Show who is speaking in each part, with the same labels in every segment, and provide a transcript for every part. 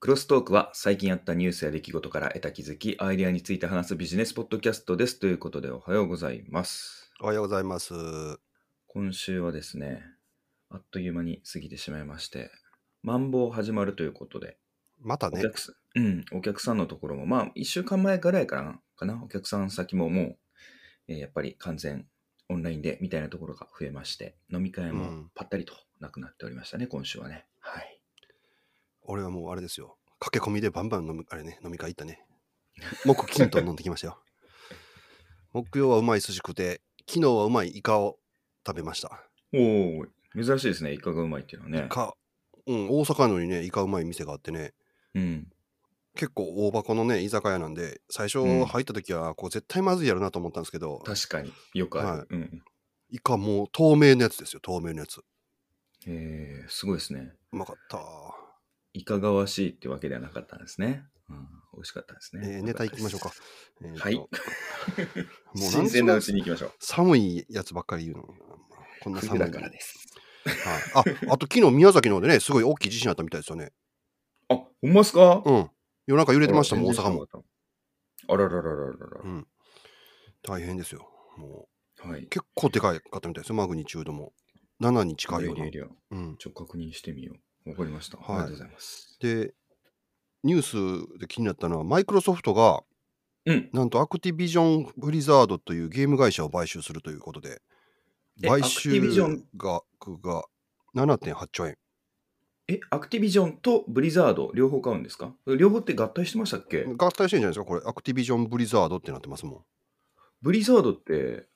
Speaker 1: クロストークは最近あったニュースや出来事から得た気づき、アイデアについて話すビジネスポッドキャストです。ということでおはようございます。
Speaker 2: おはようございます。は
Speaker 1: 今週はですね、あっという間に過ぎてしまいまして、マンボウ始まるということで、
Speaker 2: また
Speaker 1: お
Speaker 2: ね。
Speaker 1: 客さん、うん、お客さんのところも、まあ、1週間前ぐらいかな、かな、お客さん先ももう、えーやっぱり完全オンラインでみたいなところが増えまして、飲み会
Speaker 2: う
Speaker 1: も
Speaker 2: ん。
Speaker 1: パッタリとなくなっておりましたね、今週はね。はい。
Speaker 2: 俺はもうあれですよ。駆け込みでバンバン飲む、あれね、飲み会行ったね。木金と飲んできまし たよ。木曜はうまい寿司食うて、昨日はうまいイカを食べました。
Speaker 1: おお、珍しいですね、イカがうまいっていうのは
Speaker 2: イ
Speaker 1: ね。
Speaker 2: カ、うん、大阪のにね、イカうまい店があってね、
Speaker 1: うん、
Speaker 2: 結構大箱のね、居酒屋なんで、最
Speaker 1: う
Speaker 2: 初
Speaker 1: ん、
Speaker 2: 入った時は、こう絶対まずいやろなと思ったんですけど、
Speaker 1: 確かによくあ
Speaker 2: は
Speaker 1: る。うん。
Speaker 2: い。イカもう透明のやつですよ、透明のやつ。う
Speaker 1: えー、すごいですね。
Speaker 2: まかった。
Speaker 1: いかがわしいってわけではなかったんですね。うん、美味しかったですね。
Speaker 2: えー
Speaker 1: よ
Speaker 2: ネ
Speaker 1: かっ
Speaker 2: タ
Speaker 1: たで
Speaker 2: 行きましょう
Speaker 1: す。
Speaker 2: か。えーっ
Speaker 1: はい。
Speaker 2: と、もうな
Speaker 1: 新
Speaker 2: んでそ
Speaker 1: 鮮
Speaker 2: ん
Speaker 1: な
Speaker 2: な
Speaker 1: うちに行きましょう。
Speaker 2: 寒いやつばっかり言うのこんな
Speaker 1: 冬
Speaker 2: 寒
Speaker 1: だ
Speaker 2: い
Speaker 1: か
Speaker 2: の
Speaker 1: ら
Speaker 2: に。
Speaker 1: です。
Speaker 2: はい。あ、あ と昨日宮崎の方でね、すごい大きい地震あったみたいですよね。
Speaker 1: あ、ほんまっすか
Speaker 2: うん。夜中揺れ
Speaker 1: あ
Speaker 2: てま
Speaker 1: ら、
Speaker 2: した
Speaker 1: 全
Speaker 2: もん、
Speaker 1: 然知
Speaker 2: 大阪
Speaker 1: らなか
Speaker 2: も。
Speaker 1: った。あらららららら
Speaker 2: うん。大変ですよ。も
Speaker 1: ら。は
Speaker 2: う、
Speaker 1: い。
Speaker 2: 結構でかい方みたいですよ、マグニチュードも。7に
Speaker 1: い
Speaker 2: 近
Speaker 1: り
Speaker 2: い
Speaker 1: ゃ
Speaker 2: よ
Speaker 1: いうりゃ
Speaker 2: な。
Speaker 1: いりゃ。
Speaker 2: うん。
Speaker 1: ちょっと確認してみよう。わかりました。ありが
Speaker 2: は
Speaker 1: とう
Speaker 2: い。
Speaker 1: ございます。
Speaker 2: で、ニュースで気になったのは、マイクロソフトが、
Speaker 1: うん。
Speaker 2: なんとアクティビジョン・ブリザードというゲーム会社を買収するということで、
Speaker 1: え、
Speaker 2: 買
Speaker 1: アクティビジョ
Speaker 2: 収
Speaker 1: ン、
Speaker 2: 額が7.8兆円。
Speaker 1: え、アクティビジョンとブリザード、両方買うんですか両方って合体してましたっけ
Speaker 2: 合体してるんじゃないですか、これ。アクティビジョン・ブリザードってなってますもん。
Speaker 1: ブリザードって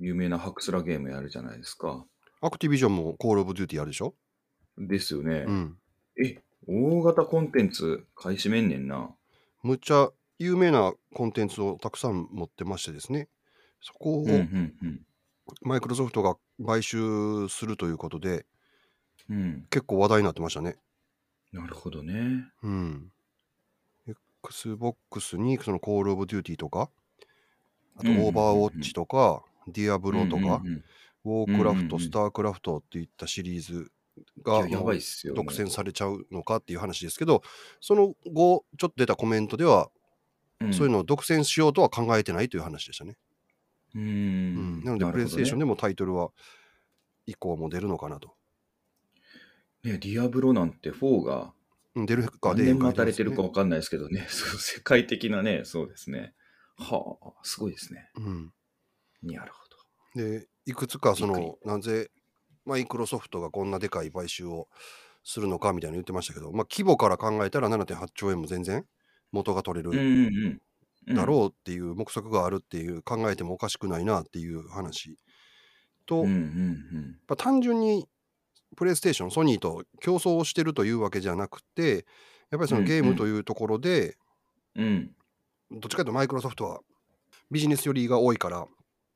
Speaker 1: 有名なハクスラゲームやるじゃないですか。
Speaker 2: アクティビジョンもコール・オブ・デューティーあるでしょ
Speaker 1: ですよ
Speaker 2: う
Speaker 1: ね。
Speaker 2: ん。
Speaker 1: え、大型コンテンツ開始めんねんな。
Speaker 2: むっちゃ有名なコンテンツをたくさん持ってましてですね、そこ
Speaker 1: うんう
Speaker 2: を
Speaker 1: ん
Speaker 2: マイクロソフトが買収するということで、
Speaker 1: うん。うん。
Speaker 2: 結構話題になってましたね。
Speaker 1: なるほどね。
Speaker 2: うん。Xbox にそのコール・オブ・デューティーとか、あ
Speaker 1: うん
Speaker 2: と
Speaker 1: う
Speaker 2: オーバーウォッチ
Speaker 1: ん
Speaker 2: とか、ディアブ
Speaker 1: うんう
Speaker 2: ロ
Speaker 1: ん。
Speaker 2: と
Speaker 1: うん
Speaker 2: か、
Speaker 1: うん
Speaker 2: ウォ
Speaker 1: う
Speaker 2: ー
Speaker 1: ん。う
Speaker 2: ク
Speaker 1: ん
Speaker 2: ラ
Speaker 1: う
Speaker 2: フ
Speaker 1: ん
Speaker 2: ト、
Speaker 1: う
Speaker 2: ス
Speaker 1: ん。
Speaker 2: タークラフトっていったシリーズ
Speaker 1: い
Speaker 2: が
Speaker 1: や、やば
Speaker 2: も
Speaker 1: いうっすよ、
Speaker 2: 独
Speaker 1: も
Speaker 2: 占されちゃうのかっていう話ですけど、その後、ちょっと出たコメントでは、
Speaker 1: う。う。
Speaker 2: そういうんのを独占しようとは考えてないという話でしたね。
Speaker 1: うー
Speaker 2: うん、
Speaker 1: ん。
Speaker 2: なので、
Speaker 1: な
Speaker 2: プ
Speaker 1: る
Speaker 2: レ
Speaker 1: ほ
Speaker 2: イス
Speaker 1: ど
Speaker 2: テーション
Speaker 1: ね。
Speaker 2: でもタイトルは以降も出るのかなと。
Speaker 1: ね、ディアブロなんて4が
Speaker 2: うん出るか
Speaker 1: 何
Speaker 2: 出へ
Speaker 1: 年
Speaker 2: んか
Speaker 1: 待た
Speaker 2: 出ま
Speaker 1: れ
Speaker 2: す
Speaker 1: て
Speaker 2: よ
Speaker 1: るか
Speaker 2: ね。
Speaker 1: わかんないですけどね、そう世界的なね、そうですね。はあ、すごいですね。
Speaker 2: うん、
Speaker 1: なるほど。
Speaker 2: で、いくつか
Speaker 1: び
Speaker 2: そ
Speaker 1: っくり。
Speaker 2: の、なぜマイクロソフトがこんなでかい買収をするのかみたいなの言ってましたけど、まあ、規模から考えたら7.8兆円も全然元が取れ
Speaker 1: うん
Speaker 2: る
Speaker 1: うんうん。う
Speaker 2: だ
Speaker 1: ん。
Speaker 2: ろうっていう目測があるっていう考えてもおかしくないなっていう話
Speaker 1: うんう
Speaker 2: と、
Speaker 1: んうん。
Speaker 2: まあ、単純にプレイステーション、ソニーと競争をしてるというわけじゃなくて、やっぱり
Speaker 1: う
Speaker 2: その
Speaker 1: ん
Speaker 2: ゲー
Speaker 1: う
Speaker 2: ムと
Speaker 1: ん
Speaker 2: いうところで、
Speaker 1: うん。
Speaker 2: どっちかというとマイクロソフトはビジネス寄りが多いから、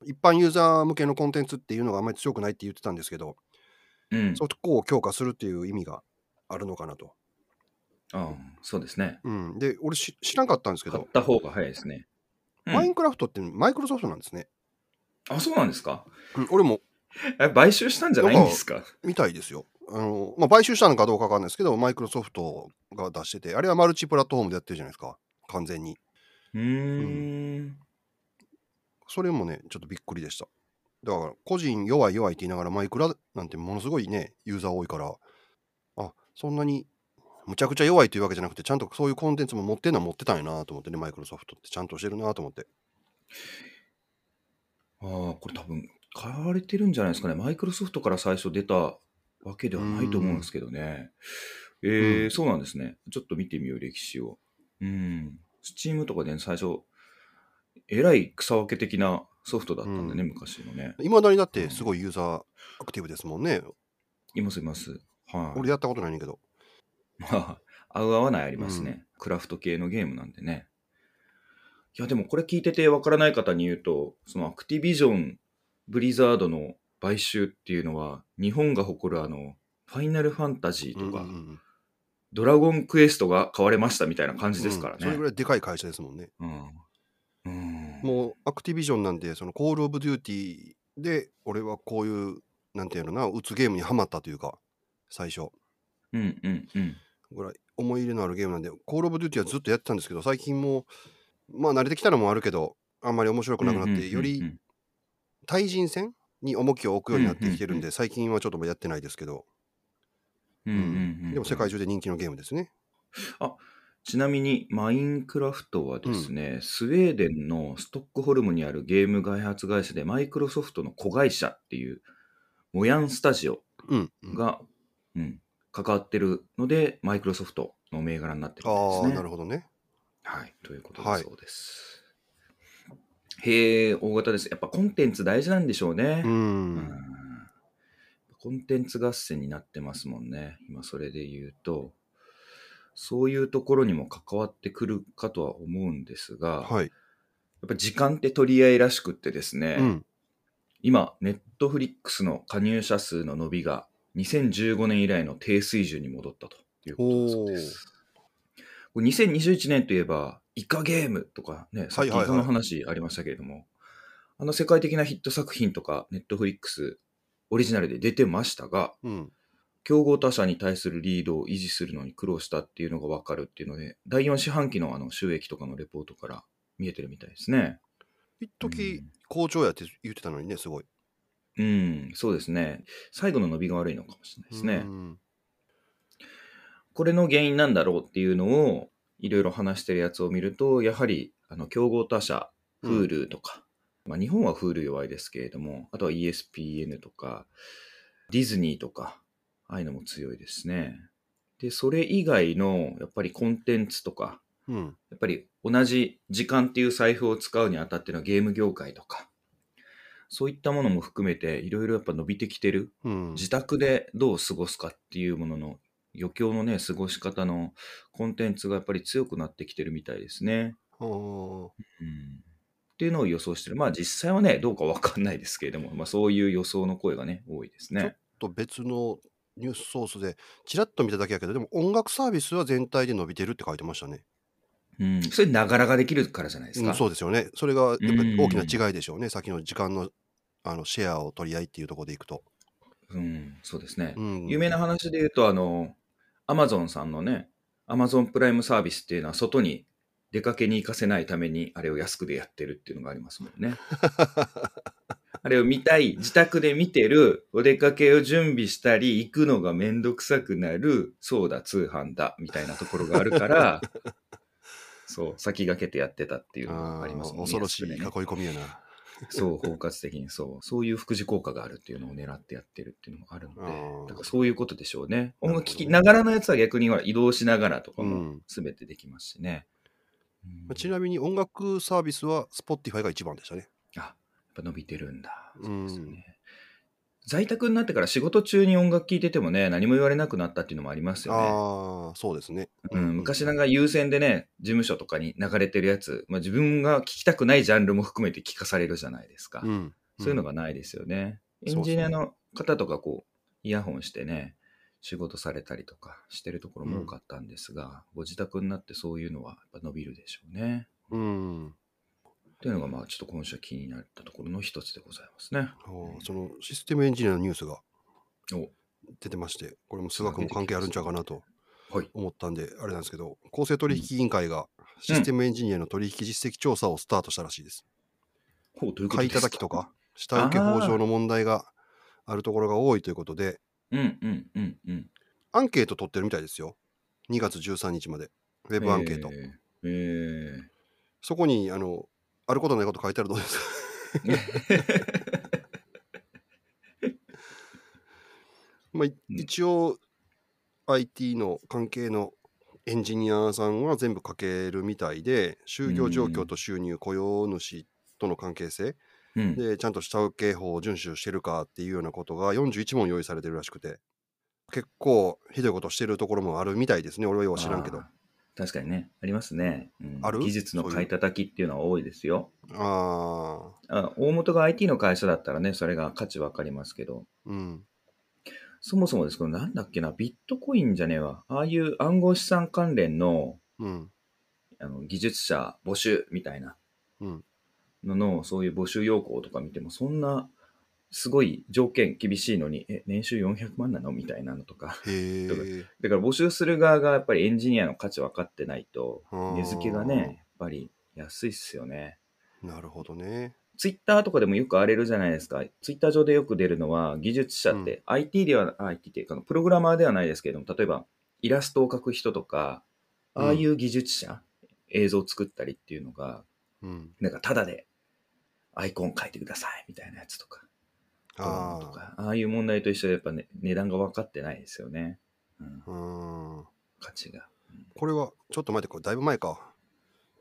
Speaker 2: 一般ユーザー向けのコンテンツっていうのがあまり強くないって言ってたんですけど、
Speaker 1: うん。
Speaker 2: そこを強化するっていう意味があるのかなと。
Speaker 1: ああ、そうですね。
Speaker 2: うん、で、俺し知らなかったんですけ
Speaker 1: 買っ
Speaker 2: ど、
Speaker 1: た方が早いですね。う
Speaker 2: マイン
Speaker 1: ん。
Speaker 2: クラフトってマイクロソフトなんですね。
Speaker 1: あ、そうなんですか
Speaker 2: うん、俺も
Speaker 1: え、買収したんじゃ
Speaker 2: なん
Speaker 1: ないんで
Speaker 2: か
Speaker 1: すか
Speaker 2: みたいですよ。あのまあ、買収したのかどうかわかんないですけど、マイクロソフトが出してて、あれはマルチプラットフォームでやってるじゃないですか、完全に。
Speaker 1: う
Speaker 2: うん、
Speaker 1: ーん。
Speaker 2: それもね、ちょっとびっくりでした。だから、個人弱い弱いって言いながら、マイクラなんてものすごいね、ユーザー多いから、あそんなにむちゃくちゃ弱いというわけじゃなくて、ちゃんとそういうコンテンツも持ってんのは持ってたんやなと思ってね、マイクロソフトってちゃんとしてるなと思って。
Speaker 1: ああ、これ多分、買われてるんじゃないですかね。マイクロソフトから最初出たわけで
Speaker 2: うー
Speaker 1: はないと思うんで
Speaker 2: ん、
Speaker 1: すけどね。
Speaker 2: う
Speaker 1: えー、
Speaker 2: ん、
Speaker 1: そうなんですね。ちょっと見てみよう、歴史を。うん。スチームとかで、ね、最初、えらい草分け的なソフトだっ
Speaker 2: う
Speaker 1: たんでね、
Speaker 2: ん。
Speaker 1: 昔のね。
Speaker 2: いまだにだっ
Speaker 1: う
Speaker 2: てす
Speaker 1: ん。
Speaker 2: ごいユーザーアクティブですもんね。
Speaker 1: います、います。は
Speaker 2: 俺
Speaker 1: い。
Speaker 2: やったことないねんけど。
Speaker 1: ま あ、合う合わないあり
Speaker 2: う
Speaker 1: ます
Speaker 2: ん、
Speaker 1: ね。クラフト系のゲームなんでね。いや、でもこれ聞いててわからない方に言うと、そのアクティビジョン、ブリザードの買収っていうのは、日本が誇るあの、ファイナルファンタジー
Speaker 2: う
Speaker 1: と
Speaker 2: んう
Speaker 1: か、
Speaker 2: ん
Speaker 1: ドラゴンクエストが買われましたみたいな感
Speaker 2: う
Speaker 1: じで
Speaker 2: ん。
Speaker 1: す
Speaker 2: うん、
Speaker 1: から
Speaker 2: それぐ
Speaker 1: ね。
Speaker 2: らいでかい会社ですもんね。
Speaker 1: うん。うん。
Speaker 2: もうアクティビジョンなんで、そのコール・オブ・デューティーで、俺はこういう、なんていうのかな、打つゲームにはまったというか、最初。
Speaker 1: うんうんうん。
Speaker 2: ぐらい思い入れのあるゲームなんで、コール・オブ・デューティーはずっとやってたんですけど、最近もう、まあ慣れてきたのもあるけど、あんまり面白くなくなって、より対人戦に重きを置くようになってきて
Speaker 1: う
Speaker 2: るん
Speaker 1: んうんう
Speaker 2: で、最近はちょっともうやってないですけど、
Speaker 1: うんうんうん、
Speaker 2: でも世界中で人気のゲームですね。
Speaker 1: ちなみに、マインクラフトはですね、スウェーデンのストックホルムにあるゲーム開発会社で、マイクロソフトの子会社っていう、モヤンスタジオ
Speaker 2: うん。うん
Speaker 1: が、うん、関わってるので、マイクロソフトの銘柄になってるんで
Speaker 2: あ
Speaker 1: す
Speaker 2: あ、
Speaker 1: ね。
Speaker 2: なるほどね。
Speaker 1: はい、ということ
Speaker 2: は
Speaker 1: だ
Speaker 2: い
Speaker 1: そうです。へえ、大型です。やっぱコンテンツ大事なんでしょうね。
Speaker 2: う
Speaker 1: うん
Speaker 2: ん。
Speaker 1: コンテンツ合戦になってますもんね。今それで言うと、そういうところにも関わってくるかとは思うんですが、や
Speaker 2: はい。
Speaker 1: っぱ時間って取り合いらしくってですね、
Speaker 2: うん。
Speaker 1: 今、ネットフリックスの加入者数の伸びが2015年以来の低水準に戻ったということだそうです。これ2021年といえば、イカゲームとかね、さっきイ
Speaker 2: はいはいはい
Speaker 1: カの話ありましたけれども、あの世界的なヒット作品とか、ネットフリックスオリジナルで出てましたが、
Speaker 2: うん。
Speaker 1: 競合他社に対するリードを維持するのに苦労したっていうのがわかるっていうので、第4四半期のあの収益とかのレポートから見えてるみたいですね。
Speaker 2: 一時好調やって言ってたのにね、すごい。
Speaker 1: うん、そうですね。最後の伸びが悪いのかもしれないですね。
Speaker 2: うん
Speaker 1: これの原因なんだろうっていうのをいろいろ話してるやつを見るとやはりあの競合他社
Speaker 2: うん
Speaker 1: Hulu とか、まあ、日本は Hulu 弱いですけれどもあとは ESPN とかディズニーとかああいうのも強いですねでそれ以外のやっぱりコンテンツとか
Speaker 2: うん。
Speaker 1: やっぱり同じ時間っていう財布を使うにあたってのゲーム業界とかそういったものも含めていろいろやっぱ伸びてきてる
Speaker 2: うん。
Speaker 1: 自宅でどう過ごすかっていうものの余興のね過ごし方のコンテンツがやっぱり強くなってきてるみたいですね。
Speaker 2: あー
Speaker 1: うん、っていうのを予想してるまあ実際はねどうかわかんないですけれども、まあ、そういう予想の声がね多いですね。
Speaker 2: と別のニュースソースでちらっと見ただけやけどでも音楽サービスは全体で伸びてるって書いてましたね。
Speaker 1: うん、それながらができるからじゃないですか。
Speaker 2: うん、そうですよね。それがやっぱり
Speaker 1: うん
Speaker 2: 大きな違いでしょうね。さっきの時間のあのシェアを取り合いっていうところでいくと。
Speaker 1: うん、そうですね。
Speaker 2: うん、
Speaker 1: 有名な話で言うとあのアマゾンさんのねアマゾンプライムサービスっていうのは外に出かけに行かせないためにあれを安くでやってるっていうのがありますもん ね。あれを見たい自宅で見てるお出かけを準備したり行くのがめんどくさくなるそうだ通販だみたいなところがあるから そう先駆けてやってたっていうのが
Speaker 2: あ
Speaker 1: あります
Speaker 2: ー
Speaker 1: もんね。
Speaker 2: 恐ろしい囲い
Speaker 1: 安くでね
Speaker 2: 込みやな。
Speaker 1: そう、包括的にそう。そういう副次効果があるっていうのを狙ってやってるっていうのもあるの
Speaker 2: あー
Speaker 1: で、だからそういうことでしょうね。
Speaker 2: なるほどね
Speaker 1: 音楽聴きながらのやつは逆にほら移動しながらとか
Speaker 2: う
Speaker 1: も
Speaker 2: ん
Speaker 1: 全てできますしね。うん
Speaker 2: まあちなみに音楽サービスは Spotify が一番でしたね。
Speaker 1: あ、やっぱ伸びてるんだ。
Speaker 2: うん
Speaker 1: そうですよね。在宅になってから仕事中に音楽聴いててもね、何も言われなくなったっていうのもありますよね。
Speaker 2: ああ、そうですね。
Speaker 1: うん、昔なんか優先でね、事務所とかに流れてるやつ、まあ、自分が聞きたくないジャンルも含めて聞かされるじゃないですか。
Speaker 2: うん、
Speaker 1: そういうの
Speaker 2: が。
Speaker 1: がないですよね。
Speaker 2: うん
Speaker 1: エンジニアの方とかこう、イヤホンしてね、仕事されたりとかしてるところも多かったんですが、ご自宅になってそういうのはやっぱ伸びるでしょうね。
Speaker 2: うん。
Speaker 1: というのが、まあ、ちょっと今週気になったところの一つでございますね。
Speaker 2: あーそのシステムエンジニアのニュースが
Speaker 1: お
Speaker 2: 出てまして、これも数学も関係あるんちゃうかなと
Speaker 1: はい。
Speaker 2: 思ったんで、あれなんですけど、公正取引委員会がシステムエンジニアの取引実績調査をスタートしたらしいです。
Speaker 1: ほう、ということ
Speaker 2: 買い
Speaker 1: ですか
Speaker 2: 叩きとか、下請け法上の問題があるところが多いということで、
Speaker 1: うんうんうんうん。
Speaker 2: アンケート取ってるみたいですよ。2月13日まで、ウェブアンケート。
Speaker 1: えーえー
Speaker 2: そこに、あの、あることないこと書いてあるどうです まあ、い
Speaker 1: うん
Speaker 2: 一応、IT の関係のエンジニアさんは全部書けるみたいで、就業状況と収入、雇用主との関係性、
Speaker 1: うん、
Speaker 2: で、ちゃんと下請け法を遵守してるかっていうようなことが41問用意されてるらしくて、結構ひどいことしてるところもあるみたいですね。俺はよう知らんけど。
Speaker 1: あー
Speaker 2: あ。
Speaker 1: 確かにね、ありますね。うん
Speaker 2: ある
Speaker 1: 技術の買い叩きっていうのは多いですよ。
Speaker 2: あ
Speaker 1: あ大元が IT の会社だったらね、それが価値わかりますけど、
Speaker 2: ー、うん。
Speaker 1: そもそもですけど、なんだっけな、ビットコインじゃねえわ。ああいう暗号資産関連の
Speaker 2: うん。
Speaker 1: あの技術者募集みたいな
Speaker 2: うん。
Speaker 1: のの、そういう募集要項とか見ても、そんなすごい条件厳しいのに、え、年収400万なのみたいなのとか。
Speaker 2: へ
Speaker 1: だか
Speaker 2: え。
Speaker 1: だから募集する側がやっぱりエンジニアの価値分かってないと、
Speaker 2: あー
Speaker 1: 値付けがね、やっぱり安いっすよね。
Speaker 2: なるほどね。
Speaker 1: ツイッターとかでもよく荒れるじゃないですか。ツイッター上でよく出るのは、技術者って、IT では、あ IT っていうか、プログラマーではないですけれども、例えばイラストを描く人とか、
Speaker 2: うん
Speaker 1: ああいう技術者、映像を作ったりっていうのが、
Speaker 2: うん。
Speaker 1: なんかタダでアイコン描いてくださいみたいなやつとか、どうなのと
Speaker 2: あ
Speaker 1: かああいう問題と一緒でやっぱ、ね、値段が分かってないですよね。うん
Speaker 2: あ。、うん。
Speaker 1: 価値が。
Speaker 2: これは、ちょっと待って、これだいぶ前か。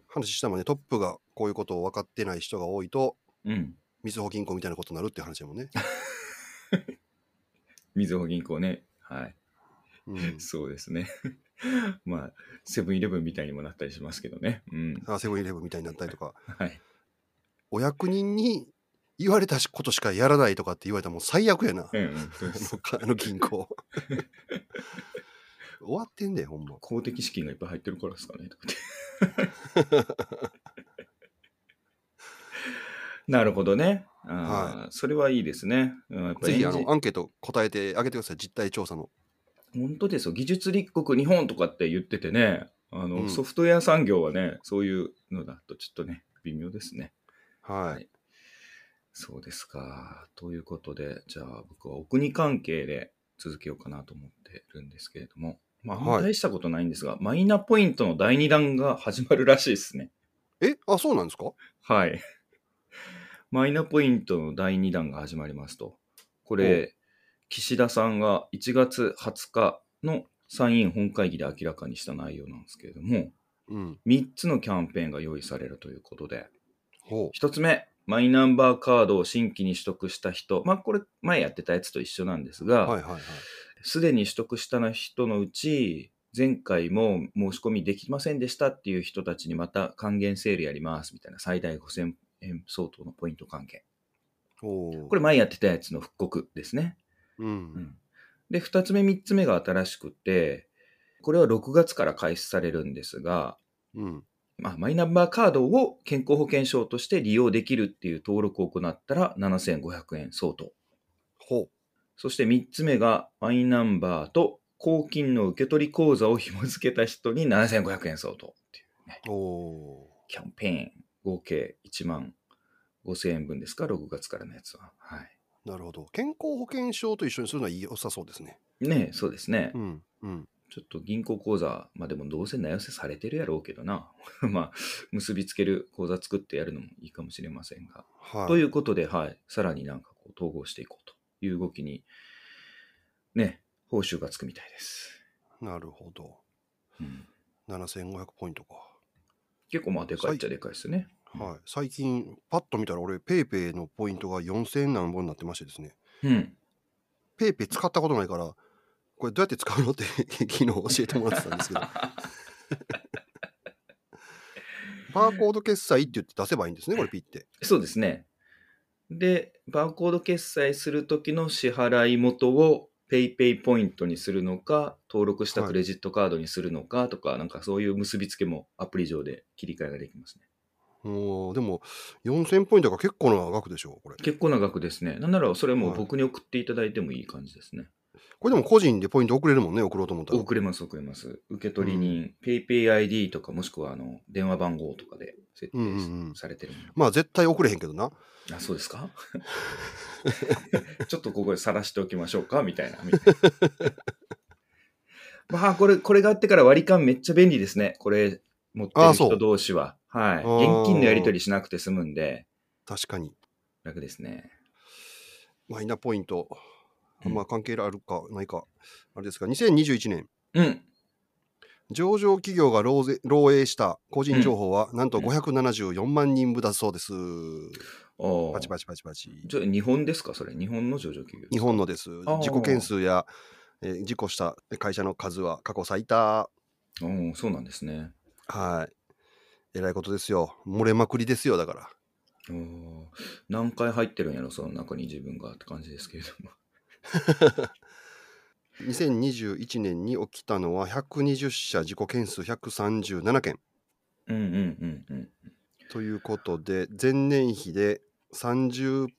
Speaker 2: 話したもんね、トップがこういうことを分かってない人が多いと、
Speaker 1: うん。
Speaker 2: みずほ銀行みたいなことになるっていう話だも んね。
Speaker 1: みずほ銀行ね。はい。
Speaker 2: うん、
Speaker 1: そうですね。 まあ、セブンイレブンみたいにもなったりしますけどね。うん。
Speaker 2: あセブンイレブンみたいになったりとか、
Speaker 1: はい。
Speaker 2: お役人に言われたことしかやらないとかって言われたらもう最悪 やな、
Speaker 1: うん、うんそうで
Speaker 2: あ
Speaker 1: す
Speaker 2: のかあの銀行。 終わってんだよ、ほんま。
Speaker 1: 公的資金がいっぱい入ってるからですかね。とかって なるほどね。あーそれはいいですね。うんやっぱ
Speaker 2: ぜ
Speaker 1: り
Speaker 2: ひ
Speaker 1: エン
Speaker 2: あ
Speaker 1: ジ
Speaker 2: のアンケート答えてあげてください、実態調査の。
Speaker 1: 本当ですよ。技術立国日本とかって言っててね、あの
Speaker 2: うん
Speaker 1: ソフトウェア産業はね、そういうのだとちょっとね、微妙ですね。
Speaker 2: はい。
Speaker 1: はいそうですか。ということで、じゃあ僕はお国関係で続けようかなと思ってるんですけれども、まあ、
Speaker 2: はい
Speaker 1: 大したことないんですが、マイナポイントの第2弾が始まるらしいですね。
Speaker 2: えあ、そうなんですか
Speaker 1: はい。マイナポイントの第2弾が始まりますと。これ、岸田さんが1月20日の参議院本会議で明らかにした内容なんですけれども、
Speaker 2: うん。
Speaker 1: 3つのキャンペーンが用意されるということで、
Speaker 2: ほ
Speaker 1: 1つ目、マイナンバーカードを新規に取得した人、まあこれ前やってたやつと一緒なんです
Speaker 2: う。
Speaker 1: が
Speaker 2: はい、はいはい。
Speaker 1: すで、に取得した人のうち、前回も申し込みできませんでしたっていう人たちにまた還元セールやりますみたいな最大5000円相当のポイント還元。
Speaker 2: おー
Speaker 1: これ前やってたやつの復刻ですね。
Speaker 2: う。
Speaker 1: うんん、で、2つ目、3つ目が新しくて、これは6月から開始されるんですが、
Speaker 2: うん。
Speaker 1: まあ、マイナンバーカードを健康保険証として利用できるっていう登録を行ったら7500円相当。
Speaker 2: ほ
Speaker 1: そして3つ目が、マイナンバーと公金の受け取り口座を紐付けた人に7500円相当っていうね、
Speaker 2: う。お
Speaker 1: キャンペーン、合計1万5000円分ですか、6月からのやつは。はい。
Speaker 2: ーなるほど。健康保険証と一緒にするのは良さそうですね。
Speaker 1: ねえ、そうですね。
Speaker 2: うん。うん。
Speaker 1: ちょっと銀行口座、まあでもどうせ名寄せされてるやろうけどな。 まあ、結びつける口座作ってやるのもいいかもしれませんが。
Speaker 2: はい。
Speaker 1: ということで、はい、さらになんかこう統合していこうという動きに、ね、報酬がつくみたいです。
Speaker 2: なるほど。
Speaker 1: うん
Speaker 2: 7500ポイントか。
Speaker 1: 結構まあでかいっちゃでかいですね。
Speaker 2: はい。最近、パッと見たら俺、ペイペイのポイントが4000円何本になってましてですね。
Speaker 1: うん。
Speaker 2: ペイペイ使ったことないから、これどうやって使うのって 昨日教えてもらってたん ですけど。バーコード決済って言って出せばいいんですね、これピッて。
Speaker 1: そうですね。で、バーコード決済する時の支払い元を PayPay ポイントにするのか、登録したクレジットカードにするのかとか、なんかそういう結びつけもアプリ上で切り替えができますね。
Speaker 2: もうでも4000ポイントが結構な額でしょこれ
Speaker 1: 結構な額ですね。なんならそれも
Speaker 2: はい
Speaker 1: 僕に送っていただいてもいい感じですね。
Speaker 2: これでも個人でポイント送れるもんね送ろうと思ったら
Speaker 1: 送れます、送れます。受取人、PayPayID とか、もしくはあの電話番号とかで設
Speaker 2: うんう
Speaker 1: 定
Speaker 2: んうん
Speaker 1: されてるもの、
Speaker 2: まあ絶対送れへんけどな
Speaker 1: あ、そうですか ちょっとここで晒しておきましょうかみたいな。みたいな まあ、これ、これがあってから割り勘めっちゃ便利ですね。これ持ってる
Speaker 2: あそう
Speaker 1: 人同士は。はい。
Speaker 2: あー
Speaker 1: 現金のやり取りしなくて済むんで、
Speaker 2: 確かに
Speaker 1: 楽ですね。
Speaker 2: マイナポイント
Speaker 1: うん
Speaker 2: まあ関係あるかないかあれですが2021年
Speaker 1: うん。上
Speaker 2: 上場企業が漏ぜ漏洩した個人情報はなんと574万人分だそうです、
Speaker 1: お
Speaker 2: パチパ
Speaker 1: チ。
Speaker 2: チパチパチ
Speaker 1: ちょ日本ですかそれ。日本の上場企業ですか。
Speaker 2: 日本のです
Speaker 1: あー
Speaker 2: 事故件数や、えー事故した会社の数は過去最多
Speaker 1: おーそうなんですね。
Speaker 2: はいえらいことですよ漏れまくりですよだか
Speaker 1: お
Speaker 2: ら
Speaker 1: ー何回入ってるんやろその中に自分がって感じですけれども
Speaker 2: 2021年に起きたのは120社事故件数137件
Speaker 1: うんうんうんうん
Speaker 2: ということで前年比で30%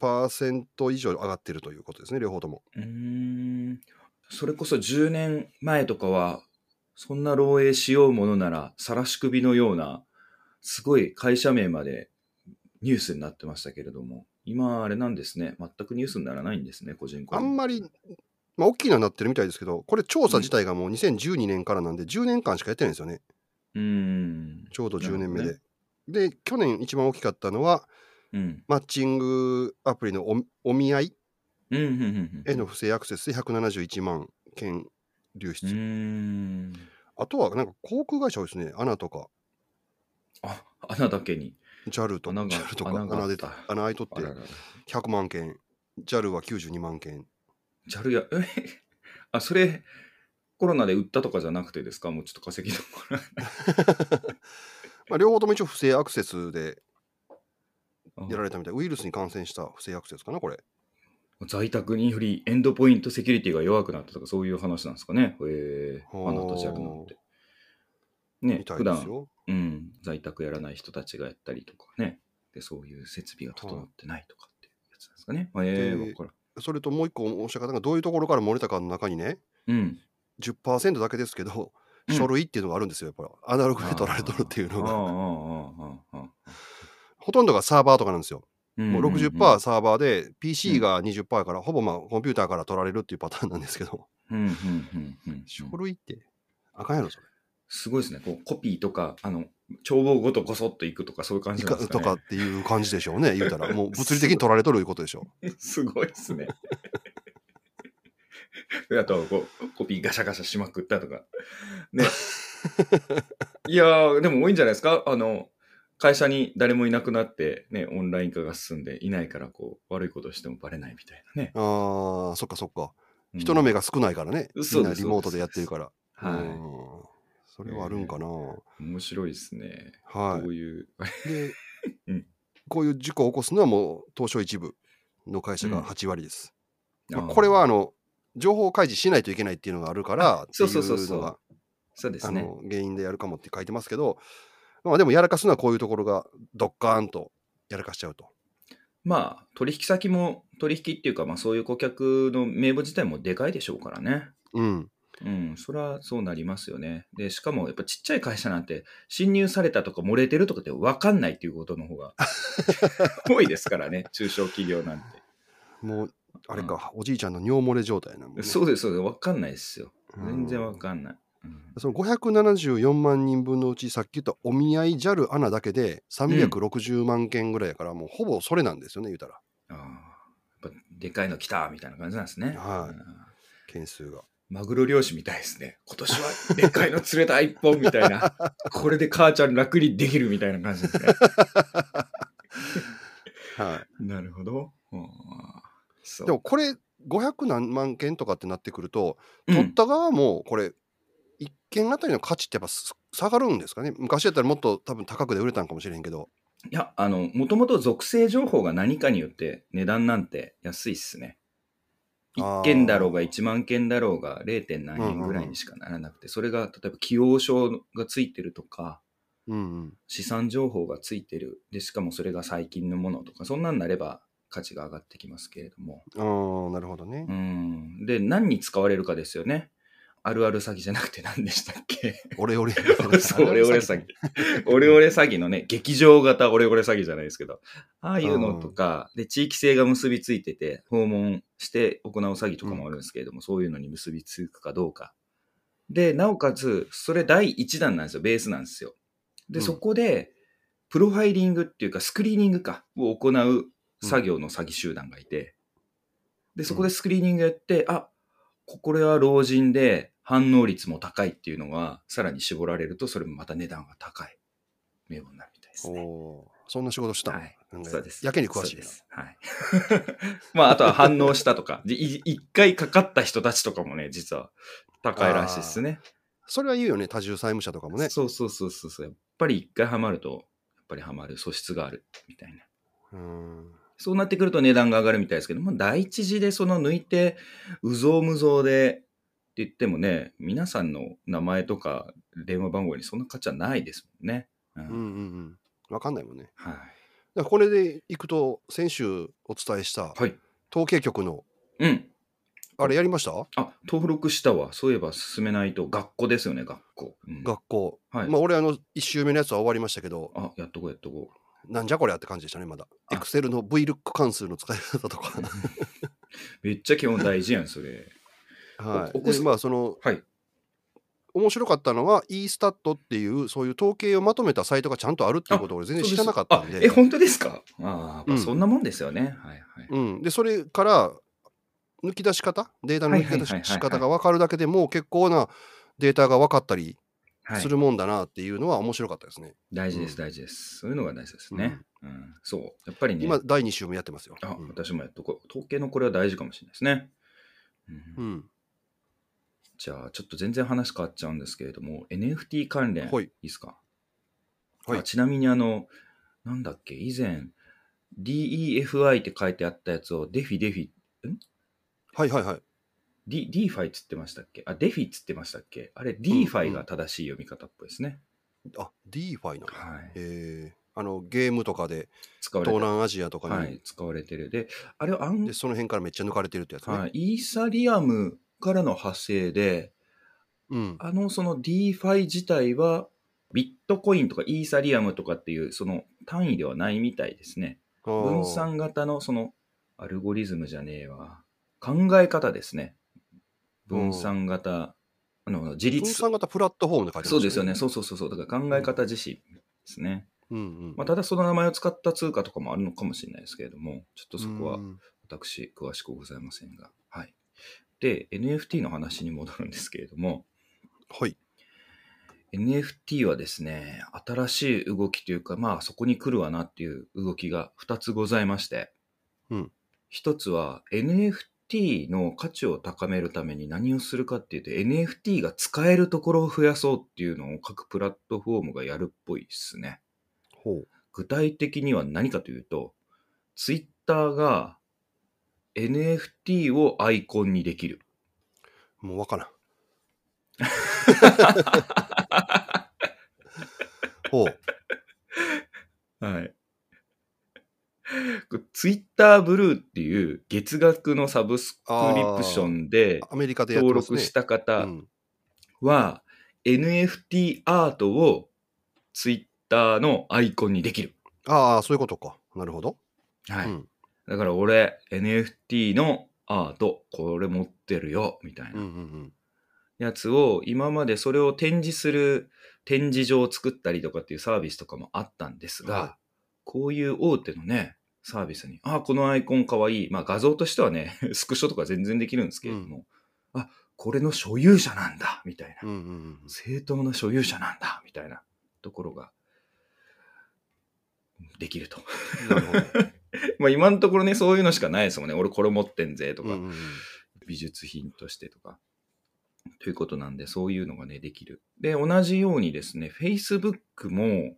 Speaker 2: 40%以上上がってるということですね、両方とも。
Speaker 1: うーんそれこそ10年前とかは、そんな漏洩しようものなら、晒し首のような、すごい会社名までニュースになってましたけれども、今、あれなんですね、全くニュースにならないんですね、個人個
Speaker 2: あん
Speaker 1: 人。
Speaker 2: まり、まあ、大きいのになってるみたいですけど、これ、調査自体がもう2012年からなんで、10年間しかやってないんですよね、
Speaker 1: うーん。
Speaker 2: ちょうど10年目
Speaker 1: な
Speaker 2: で
Speaker 1: る。
Speaker 2: で、去年一番大きかったのは、
Speaker 1: うん。
Speaker 2: マッチングアプリのおお見合い
Speaker 1: うん、うん、うん。
Speaker 2: への不正アクセスで171万件流
Speaker 1: うー
Speaker 2: 出。
Speaker 1: ん。
Speaker 2: あとは、なんか航空会社多いですね、アナとか、
Speaker 1: あ、穴だけに。
Speaker 2: JAL とか、
Speaker 1: 穴が
Speaker 2: JAL とか、
Speaker 1: 穴があ
Speaker 2: 穴
Speaker 1: っ
Speaker 2: で
Speaker 1: た
Speaker 2: 穴開いとっ
Speaker 1: あ
Speaker 2: て
Speaker 1: ららら。
Speaker 2: 100万件、JAL は92万件。
Speaker 1: ジャルや、え あ、それ、コロナで売ったとかじゃなくてですかもうちょっと稼ぎどころ
Speaker 2: まあ、両方とも一応不正アクセスで
Speaker 1: あ
Speaker 2: やられたみたい、ウイルスに感染した不正アクセスかな、これ。
Speaker 1: 在宅によりエンドポイントセキュリティが弱くなったとかそういう話なんですかね。へえ、
Speaker 2: ほう
Speaker 1: あなたジャルなんて。
Speaker 2: み
Speaker 1: ね、
Speaker 2: た
Speaker 1: 普
Speaker 2: いです
Speaker 1: 段、
Speaker 2: よ。
Speaker 1: うん、在宅やらない人たちがやったりとかね。で、そういう設備が整ってないとかってやつなんですかね。へえ、
Speaker 2: で
Speaker 1: わからん。
Speaker 2: それともう一個申し上げたのが、どういうところから漏れたかの中にね、
Speaker 1: うん。
Speaker 2: 10%だけですけど、
Speaker 1: うん
Speaker 2: 書類っていうのがあるんですよ、やっぱり。アナログで取られとるっていうの
Speaker 1: ああ、あ
Speaker 2: が。
Speaker 1: あ、ああ、ああ。
Speaker 2: ほとんどがサーバーとかなんですよ。
Speaker 1: も
Speaker 2: もう60%サーバーで、PC が20%やから、ほぼまあコンピューターから取られるっていうパターンなんですけど、
Speaker 1: うんうんうんうんうん。
Speaker 2: 書類って、あかんやろ、それ。
Speaker 1: すごいですね。こうコピーとか、あの、帳簿ごとこそっといくとか、そういう感じ
Speaker 2: い
Speaker 1: なん
Speaker 2: か
Speaker 1: ですか
Speaker 2: と
Speaker 1: ね。
Speaker 2: かっていう感じでしょうね、言うたら。もう物理的に取られとるいうことでしょ
Speaker 1: すごいですね。あとこう、コピーガシャガシャしまくったとか。 ね。いやー、でも多いんじゃないですかあの、会社に誰もいなくなって、ね、オンライン化が進んでいないから、こう、悪いことしてもバレないみたいなね。
Speaker 2: う。ああ、そっかそっか。人の
Speaker 1: 目、
Speaker 2: 目が少ないからね。み
Speaker 1: そうん
Speaker 2: な
Speaker 1: です
Speaker 2: リモートでやってるから。
Speaker 1: は
Speaker 2: うんそれはあるんかな。
Speaker 1: い。面白いですね。
Speaker 2: は
Speaker 1: こういう、
Speaker 2: い。で
Speaker 1: うん、
Speaker 2: こういう事故を起こすのはもう東証一部の会社が8割です。まあ
Speaker 1: あー
Speaker 2: これはあの情報開示しないといけないっていうのがあるからって
Speaker 1: そ
Speaker 2: いう
Speaker 1: そうそう
Speaker 2: う
Speaker 1: そ
Speaker 2: の
Speaker 1: う
Speaker 2: が
Speaker 1: そうで
Speaker 2: あ
Speaker 1: すね。
Speaker 2: の原因でやるかもって書いてますけど、まあでもやらかすのはこういうところがドッカーンとやらかしちゃうと。
Speaker 1: まあ、取引先も、取引っていうか、まあ、そういう顧客の名簿自体もでかいでしょうからね。
Speaker 2: うん。
Speaker 1: うん、それはそうなりますよね。で、しかもやっぱちっちゃい会社なんて、侵入されたとか漏れてるとかって分かんないっていうことの方 が多いですからね、中小企業なんて。
Speaker 2: もうあれか、おじいちゃんの尿漏れ状態なの、ね。
Speaker 1: そうです、そうです、分かんないですよ。
Speaker 2: うん
Speaker 1: 全然分かんない。うん
Speaker 2: その574万人分のうちさっき言ったお見合い JAL アナだけで360万件ぐらいやから、もうほぼそれなんですよね言うたら
Speaker 1: ああ、やっぱでかいの来たみたいな感じなんですね。
Speaker 2: はい
Speaker 1: うん
Speaker 2: 件数が
Speaker 1: マグロ漁師みたいですね。今年はでっかいの釣れた一本みたい な。これで母ちゃん楽にできるみたいな感じですね。
Speaker 2: は
Speaker 1: なるほど。うん
Speaker 2: い
Speaker 1: そう
Speaker 2: でもこれ500何万件とかってなってくると
Speaker 1: うん
Speaker 2: 取った側もこれ1件あたりの価値ってやっぱす下がるんですかね昔やったらもっと多分高くで売れたんかもしれへんけど
Speaker 1: いや、あの、もともと属性情報が何かによって値段なんて安いっすね。
Speaker 2: あー
Speaker 1: 1件だろうが1万件だろうが 0. 点何円ぐらいにしかならなくて、それが例えば起用証がついてるとか、
Speaker 2: うんうん
Speaker 1: 資産情報がついてる。で、しかもそれが最近のものとか、そんなんなれば価値が上がってきますけれども。
Speaker 2: あーなるほどね
Speaker 1: うん。で、何に使われるかですよね。あるある詐欺じゃなくて何でしたっけ
Speaker 2: 俺俺
Speaker 1: そうオレオレ詐欺。オレオレ詐欺のね、劇場型オレオレ詐欺じゃないですけど、ああいうのとか、で、地域性が結びついてて、訪問して行う詐欺とかもあるんですけれども、そういうのに結びつくかどうか。で、なおかつ、それ第1弾なんですよ、ベースなんですよ。で、
Speaker 2: うん
Speaker 1: そこで、プロファイリングっていうか、スクリーニングか、を行う作業の詐欺集団がいて、で、そこでスクリーニングやって、あ、ここれは老人で反応率も高いっていうのが、さらに絞られると、それもまた値段が高い名簿になるみたいです
Speaker 2: お
Speaker 1: ね。
Speaker 2: ーそんな仕事したの
Speaker 1: はい
Speaker 2: なんか
Speaker 1: そうです。
Speaker 2: やけに詳しい
Speaker 1: そう
Speaker 2: な
Speaker 1: です。はい。 まあ、あとは反応したとか、でい一回かかった人たちとかもね、実は高いらしいですね。
Speaker 2: それは言うよね多重債務者とかもね
Speaker 1: そうそうそうそうそう。やっぱり一回ハマると、やっぱりハマる素質があるみたいな。
Speaker 2: うん
Speaker 1: そうなってくると値段が上がるみたいですけど、まあ、第一次でその抜いて、うぞうむぞうでって言ってもね、皆さんの名前とか電話番号にそんな価値はないですもんね。うん
Speaker 2: うんうんうん。わかんないもんね。
Speaker 1: はい。
Speaker 2: だからこれでいくと、先週お伝えした
Speaker 1: はい。
Speaker 2: 統計局の、
Speaker 1: うん。
Speaker 2: あれやりました
Speaker 1: あ、登録したわ。そういえば進めないと。学校ですよね、学校。うん、
Speaker 2: 学校。
Speaker 1: はい、
Speaker 2: まあ、俺、あの、1周目のやつは終わりましたけど、
Speaker 1: あ、やっとこうやっとこう。
Speaker 2: なんじゃこりゃって感じでしたね、まだ。
Speaker 1: あ
Speaker 2: Excel の VLOOK 関数の使い方と か。
Speaker 1: めっちゃ基本大事やん、それ。
Speaker 2: は
Speaker 1: おお
Speaker 2: い。
Speaker 1: 子
Speaker 2: で、
Speaker 1: さん
Speaker 2: まあ、その、
Speaker 1: はい。
Speaker 2: 面白かったのは eStat っていうそういう統計をまとめたサイトがちゃんとあるっていうことを俺全然知らなかったん
Speaker 1: そう
Speaker 2: で
Speaker 1: ですあえ、本当ですかああ、まあ
Speaker 2: うん
Speaker 1: そんなもんですよね。はいはい。
Speaker 2: うん、でそれから抜き出し方データの抜き出
Speaker 1: はいはいはいはいはい
Speaker 2: し方が分かるだけでもう結構なデータが分かったり
Speaker 1: はい
Speaker 2: す、るもんだなっていうのは面白かったですね。
Speaker 1: 大事で
Speaker 2: う
Speaker 1: す、
Speaker 2: ん
Speaker 1: 大事です。そういうのが大事ですね。うんそう。やっぱりね、
Speaker 2: 今第2週もやってますよ。
Speaker 1: あ
Speaker 2: う、ん
Speaker 1: 私もやっとこう。統計のこれは大事かもしれないですね。うん
Speaker 2: うん、
Speaker 1: じゃあ、ちょっと全然話変わっちゃうんですけれども、NFT 関連、、
Speaker 2: はい
Speaker 1: いですか、
Speaker 2: はい
Speaker 1: あちなみに、あの、なんだっけ、以前、DEFI って書いてあったやつを、デフィデフィ、
Speaker 2: はいはいはい。
Speaker 1: D、DFI っつってましたっけあ、デフィっつってましたっけあれ、DFI が正しい読み方っぽいですね。
Speaker 2: あ DeFi なの、
Speaker 1: はい。
Speaker 2: えーあのゲームとかで
Speaker 1: 使われ
Speaker 2: 東
Speaker 1: てる。
Speaker 2: 南アジアとかに、
Speaker 1: はい、使われてる。で、あれは暗
Speaker 2: でその辺からめっちゃ抜かれてるってやつね。
Speaker 1: はい、イーサリアムからの派生で、
Speaker 2: うん、
Speaker 1: あの、その DeFi 自体は、ビットコインとかイーサリアムとかっていう、その単位ではないみたいですね。
Speaker 2: あー
Speaker 1: 分散型の、その、アルゴリズムじゃねえわ。考え方ですね。分散型、あの、自
Speaker 2: 分
Speaker 1: 立。
Speaker 2: 散型プラットフォームで書いてます
Speaker 1: そうですよね。。そうそうそうそう。だから考え方自身ですね。
Speaker 2: うんうん
Speaker 1: まあ、ただその名前を使った通貨とかもあるのかもしれないですけれども、ちょっとそこは
Speaker 2: うん
Speaker 1: 私、詳しくございませんが。はい。で、NFT の話に戻るんですけれども、
Speaker 2: はい。
Speaker 1: NFT はですね、新しい動きというか、まあそこに来るわなっていう動きが2つございまして、
Speaker 2: うん
Speaker 1: 1つは NFT の価値を高めるために何をするかっていうと、NFT が使えるところを増やそうっていうのを各プラットフォームがやるっぽいですね。
Speaker 2: ほう。
Speaker 1: 具体的には何かというと、Twitter が NFT をアイコンにできる。
Speaker 2: もう わからん。ほう。
Speaker 1: はい。ツイッターブルーっていう月額のサブスクリプションで
Speaker 2: アメリカでやって
Speaker 1: 登
Speaker 2: ますね。
Speaker 1: 録した
Speaker 2: う
Speaker 1: 方
Speaker 2: ん
Speaker 1: は NFT アートをツイッターのアイコンにできる。
Speaker 2: ああ、そういうことか。なるほど。
Speaker 1: はい。
Speaker 2: うん
Speaker 1: だから俺 NFT のアートこれ持ってるよみたい
Speaker 2: うんう
Speaker 1: なん
Speaker 2: うん。
Speaker 1: やつを今までそれを展示する展示場を作ったりとかっていうサービスとかもあったんですが、
Speaker 2: は
Speaker 1: こういう大手のね、サービスに、あ、このアイコンかわいい。まあ画像としてはね、 スクショとか全然できるんですけれども、あ、これの所有者なんだ、みたいな。
Speaker 2: うんうんうん
Speaker 1: 正当な所有者なんだ、みたいなところが、できると。
Speaker 2: うん。なるほど。
Speaker 1: まあ今のところね、そういうのしかないですもんね。俺これ持ってんぜ、とか、
Speaker 2: うんうんうん
Speaker 1: 美術品としてとか。ということなんで、そういうのがね、できる。で、同じようにですね、Facebook も、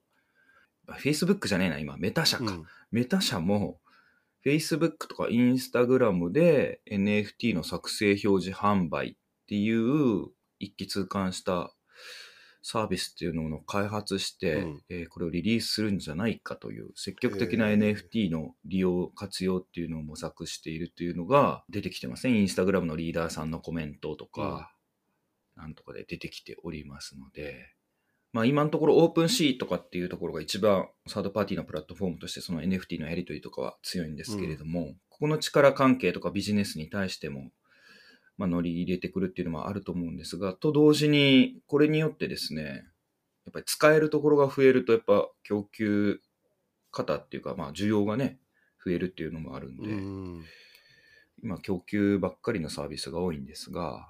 Speaker 1: あ Facebook じゃねえな、今、メタ社か。
Speaker 2: うん
Speaker 1: メタ社も Facebook とか Instagram で NFT の作成表示販売っていう一気通貫したサービスっていうのを開発して、
Speaker 2: うん
Speaker 1: えーこれをリリースするんじゃないかという積極的な
Speaker 2: へー
Speaker 1: NFT の利用活用っていうのを模索しているというのが出てきてますね。Instagram のリーダーさんのコメントとか、なんとかで出てきておりますので、まあ、今のところオープンシーとかっていうところが一番サードパーティーのプラットフォームとしてその NFT のやり取りとかは強いんですけれども、ここの力関係とかビジネスに対しても、まあ、乗り入れてくるっていうのもあると思うんですが、と同時にこれによってですね、やっぱり使えるところが増えるとやっぱ供給方っていうか、まあ、需要がね、増えるっていうのもあるんで、
Speaker 2: うん
Speaker 1: 今供給ばっかりのサービスが多いんですが、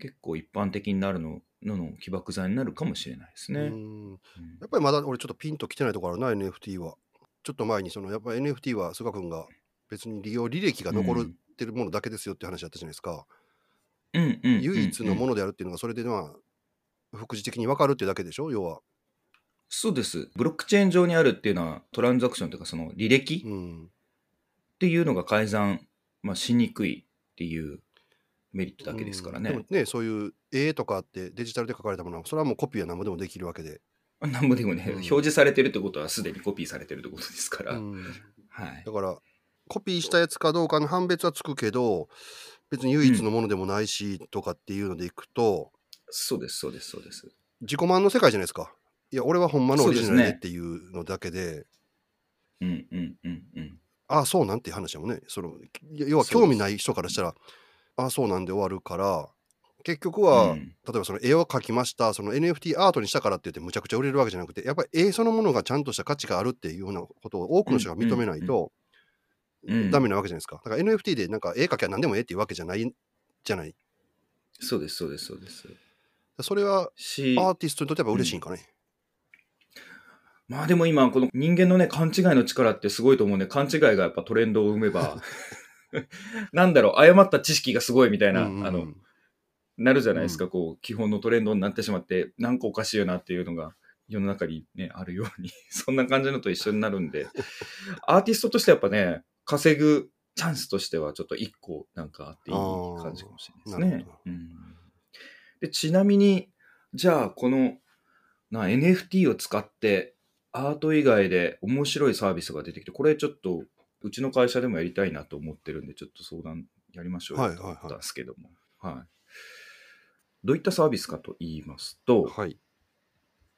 Speaker 1: 結構一般的になるののの起爆剤になるかもしれないですね。
Speaker 2: うん
Speaker 1: うん
Speaker 2: やっぱりまだ俺ちょっとピンときてないところあるな、NFT は。ちょっと前に、そのやっぱ NFT は菅君が別に利用履歴が残るってるものだけですよって話だったじゃないですか。
Speaker 1: うんうんうんうん
Speaker 2: 唯一のものであるっていうのが、それでまあ、副次的に分かるってだけでしょ、要は。
Speaker 1: そうですブロックチェーン上にあるっていうのはトランザクションというかその履歴っ
Speaker 2: うん。
Speaker 1: ていうのが改ざん、まあ、しにくいっていうメリットだけですからね、
Speaker 2: うんでもね、そういう絵とかってデジタルで描かれたものは、それはもうコピーは何もでもできるわけで。
Speaker 1: なんぼでもね、
Speaker 2: うん
Speaker 1: 表示されてるってことはすでにコピーされてるってことですから、
Speaker 2: うん
Speaker 1: はい
Speaker 2: だからコピーしたやつかどうかの判別はつくけど別に唯一のものでもないしとかっていうのでいくと、
Speaker 1: そうですそうですそうです
Speaker 2: 自己満の世界じゃないですかいや俺はほんまのオリジ
Speaker 1: そ
Speaker 2: ナル
Speaker 1: う
Speaker 2: で
Speaker 1: ですね
Speaker 2: っていうのだけで
Speaker 1: うんうんうんうん
Speaker 2: ああそうなんていう話やもんねそのいや要は
Speaker 1: そうで
Speaker 2: 興
Speaker 1: す
Speaker 2: 味ない人からしたらああそうなんで終わるから結局は、
Speaker 1: うん
Speaker 2: 例えばその絵を描きましたその NFT アートにしたからって言ってむちゃくちゃ売れるわけじゃなくてやっぱり絵そのものがちゃんとした価値があるっていうようなことを多くの人が認めないと、
Speaker 1: うんうんうん
Speaker 2: ダメなわけじゃないですかだから NFT でなんか絵描きゃ何でもええっていうわけじゃないじゃない
Speaker 1: そうですそうですそうです
Speaker 2: それは
Speaker 1: し
Speaker 2: アーティストにとっては嬉しいんかね、
Speaker 1: まあでも今この人間のね勘違いの力ってすごいと思うんで勘違いがやっぱトレンドを生め ばなんだろう誤った知識がすごいみたいな、
Speaker 2: うんうんうん
Speaker 1: あのなるじゃないですか、こう基本のトレンドになってしまってなんかおかしいよなっていうのが世の中に、ね、あるように そんな感じのと一緒になるんでアーティストとしてやっぱね稼ぐチャンスとしてはちょっと一個なんかあっていい感じかもしれないです
Speaker 2: あーなる
Speaker 1: ね
Speaker 2: ほ。
Speaker 1: うん、でちなみにじゃあこのな NFT を使ってアート以外で面白いサービスが出てきてこれちょっとうちの会社でもやりたいなと思ってるんでちょっと相談やりましょうよ
Speaker 2: はいはい
Speaker 1: と
Speaker 2: は
Speaker 1: 思
Speaker 2: い
Speaker 1: ったんですけども、はいどういったサービスかと言いますと
Speaker 2: はい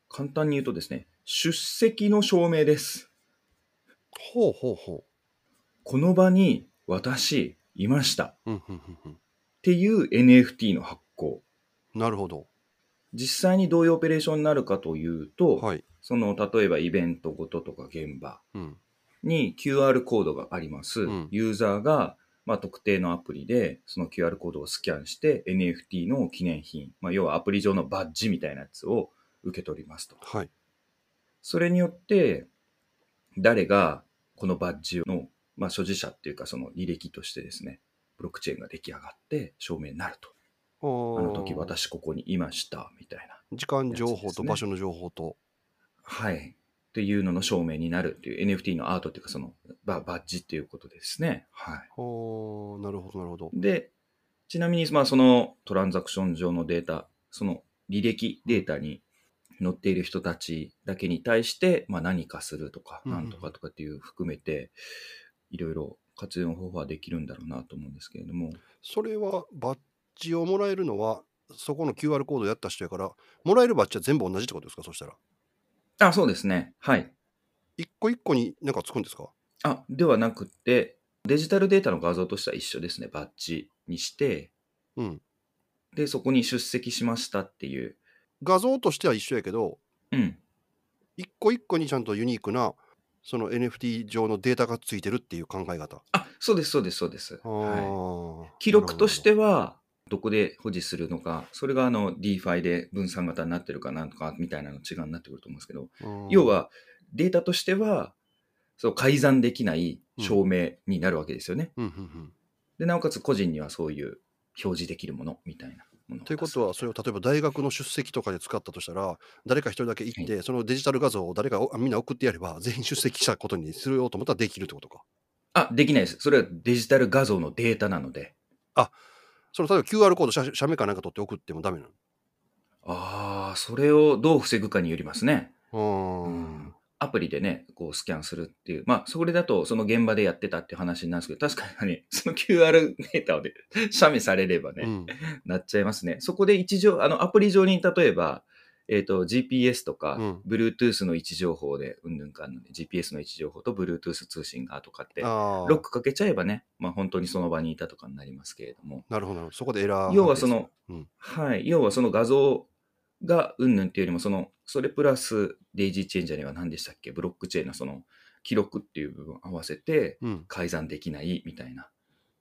Speaker 1: 簡単に言うとですね出席の証明です
Speaker 2: ほうほうほ
Speaker 1: この場に私いましたっ
Speaker 2: う,、うんうんうんうん、
Speaker 1: ていう NFT の発行
Speaker 2: なるほど
Speaker 1: 実際にどういうオペレーションになるかというと、
Speaker 2: はい、
Speaker 1: その例えばイベントごととか現場
Speaker 2: うん、
Speaker 1: に QR コードがあります。
Speaker 2: うん
Speaker 1: ユーザーが、まあ、特定のアプリでその QR コードをスキャンして NFT の記念品、まあ、要はアプリ上のバッジみたいなやつを受け取りますと。
Speaker 2: はい
Speaker 1: それによって誰がこのバッジの、まあ、所持者っていうかその履歴としてですね、ブロックチェーンが出来上がって証明になると。
Speaker 2: あ
Speaker 1: あの時
Speaker 2: の
Speaker 1: 私ここにいましたみたいな。
Speaker 2: 時間情報
Speaker 1: やつです
Speaker 2: と
Speaker 1: ね
Speaker 2: 場所の情報と、
Speaker 1: はい。っていうのの証明になるっていう NFT のアートっていうかそのババッジっていうことですね。はい。
Speaker 2: おーなるほどなるほど。
Speaker 1: で、ちなみに、まあ、そのトランザクション上のデータ、その履歴データに載っている人たちだけに対して、まあ、何かするとか、
Speaker 2: うんうん
Speaker 1: なんとかとかっていう含めて、いろいろ活用方法はできるんだろうなと思うんですけれども、
Speaker 2: それはバッジをもらえるのはそこの QR コードやった人やからもらえるバッジは全部同じってことですかそしたら
Speaker 1: あ、そうですね。はい。
Speaker 2: 一個一個に何かつくんですか
Speaker 1: あ、ではなくて、デジタルデータの画像としては一緒ですね。バッジにして、
Speaker 2: うん
Speaker 1: で、そこに出席しましたっていう。
Speaker 2: 画像としては一緒やけど
Speaker 1: うん。
Speaker 2: 一個一個にちゃんとユニークなその NFT 上のデータがついてるっていう考え方。
Speaker 1: あ、そうです、そうです、そうです。
Speaker 2: あ
Speaker 1: はい。
Speaker 2: ー
Speaker 1: 記録としてはどこで保持するのか、それがあの DeFi で分散型になってるかなんとかみたいなの違いになってくると思うんですけど、要、はデータとしてはそう改ざんできない証明になるわけですよね。
Speaker 2: なるほどうんうんうん
Speaker 1: で、なおかつ個人にはそういう表示できるものみたいなものを
Speaker 2: ということはそれを例えば大学の出席とかで使ったとしたら誰か一人だけ行って、そのデジタル画像を誰かおあみんな送ってやれば全員出席したことにするようと思ったらできるってことか。
Speaker 1: あ、できないです。それはデジタル画像のデータなので。
Speaker 2: その例えば QR コード写写メかなんか取って送ってもダメな
Speaker 1: ああ、それをどう防ぐかによりますね。
Speaker 2: のうー
Speaker 1: うんアプリでね、こうスキャンするっていう。まあ、それだと、その現場でやってたって話になるんですけど、確かにね、 その QR データをね、写メされればね、
Speaker 2: うん
Speaker 1: なっちゃいますね。そこで位置情、あの、アプリ上に例えば、えっ、と、GPS とか、
Speaker 2: うん
Speaker 1: Bluetooth の位置情報で、うんぬんかんぬんで、GPS の位置情報と Bluetooth 通信がとかって、
Speaker 2: あー
Speaker 1: ロックかけちゃえばね、まあ、本当にその場にいたとかになりますけれども。
Speaker 2: なるほどなるほどそこでエラー
Speaker 1: 要はその
Speaker 2: 判定する、うん
Speaker 1: はい。要はその画像がうんぬんっていうよりも、その、それプラスデイジーチェンジャーには何でしたっけブロックチェーンのその記録っていう部分を合わせて
Speaker 2: うん
Speaker 1: 改ざんできないみたいな。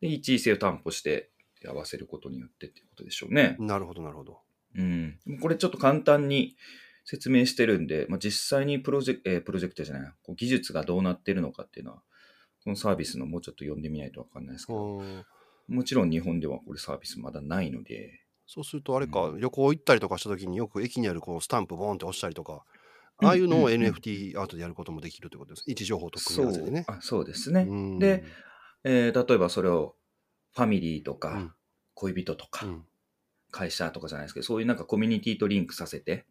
Speaker 1: で、一位性を担保して合わせることによってっていうことでしょうね。
Speaker 2: なるほどなるほど
Speaker 1: うん。これちょっと簡単に説明してるんで、まあ、実際にプロジェクト、えープロジェクトじゃない、こう技術がどうなってるのかっていうのは、このサービスのもうちょっと読んでみないとわかんないですけど、
Speaker 2: うーん
Speaker 1: もちろん日本ではこれサービスまだないので、
Speaker 2: そうするとあれか、
Speaker 1: う
Speaker 2: 旅行行ったりとかした時によく駅にあるこうスタンプボーンって押したりとかああいうのを NFT アートでやることもできるってことです、位置情報と組み合わせでね
Speaker 1: そうあそうですね。
Speaker 2: うん
Speaker 1: でえー例えばそれをファミリーと
Speaker 2: う
Speaker 1: か
Speaker 2: ん
Speaker 1: 恋人とか
Speaker 2: うん
Speaker 1: 会社とかじゃないですけど、そういうなんかコミュニティとリンクさせて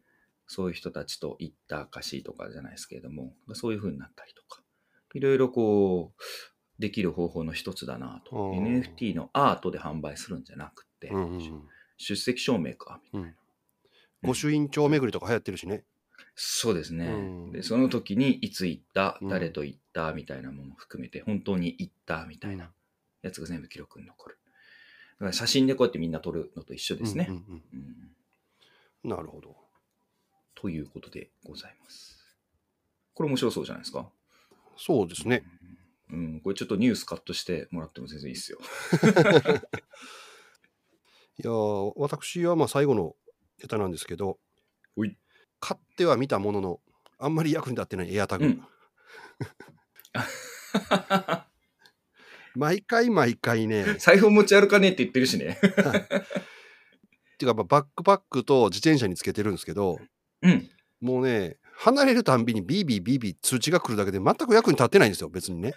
Speaker 1: そういう人たちと行った証とかじゃないですけれども、そういう風になったりとか、いろいろこう、できる方法の一つだなと。
Speaker 2: うん
Speaker 1: NFT のアートで販売するんじゃなくて、
Speaker 2: うんうんうん
Speaker 1: 出席証明か、みたいな。
Speaker 2: うん御朱印帳巡りとか流行ってるしね。
Speaker 1: そうですね、
Speaker 2: うん
Speaker 1: で。その時にいつ行った
Speaker 2: う、ん
Speaker 1: 誰と行ったみたいなものを含めて、本当に行ったみたいな
Speaker 2: うん
Speaker 1: やつが全部記録に残る。だから写真でこうやってみんな撮るのと一緒ですね。
Speaker 2: うんうん
Speaker 1: うん
Speaker 2: うんなるほど。
Speaker 1: ということでございます。これ面白そうじゃないですか。
Speaker 2: そうですね。
Speaker 1: うん、これちょっとニュースカットしてもらっても全然いいですよ。
Speaker 2: いやー私はまあ最後のネタなんですけど
Speaker 1: ほい
Speaker 2: 買っては見たもののあんまり役に立ってないエアタグ、
Speaker 1: うん
Speaker 2: 毎回毎回ね っ
Speaker 1: 財布持ち歩かねえって言ってるしね。
Speaker 2: ていうかまあバックパックと自転車につけてるんですけど
Speaker 1: うん。
Speaker 2: もうね離れるたんびにビービービービー通知が来るだけで全く役に立ってないんですよ別にね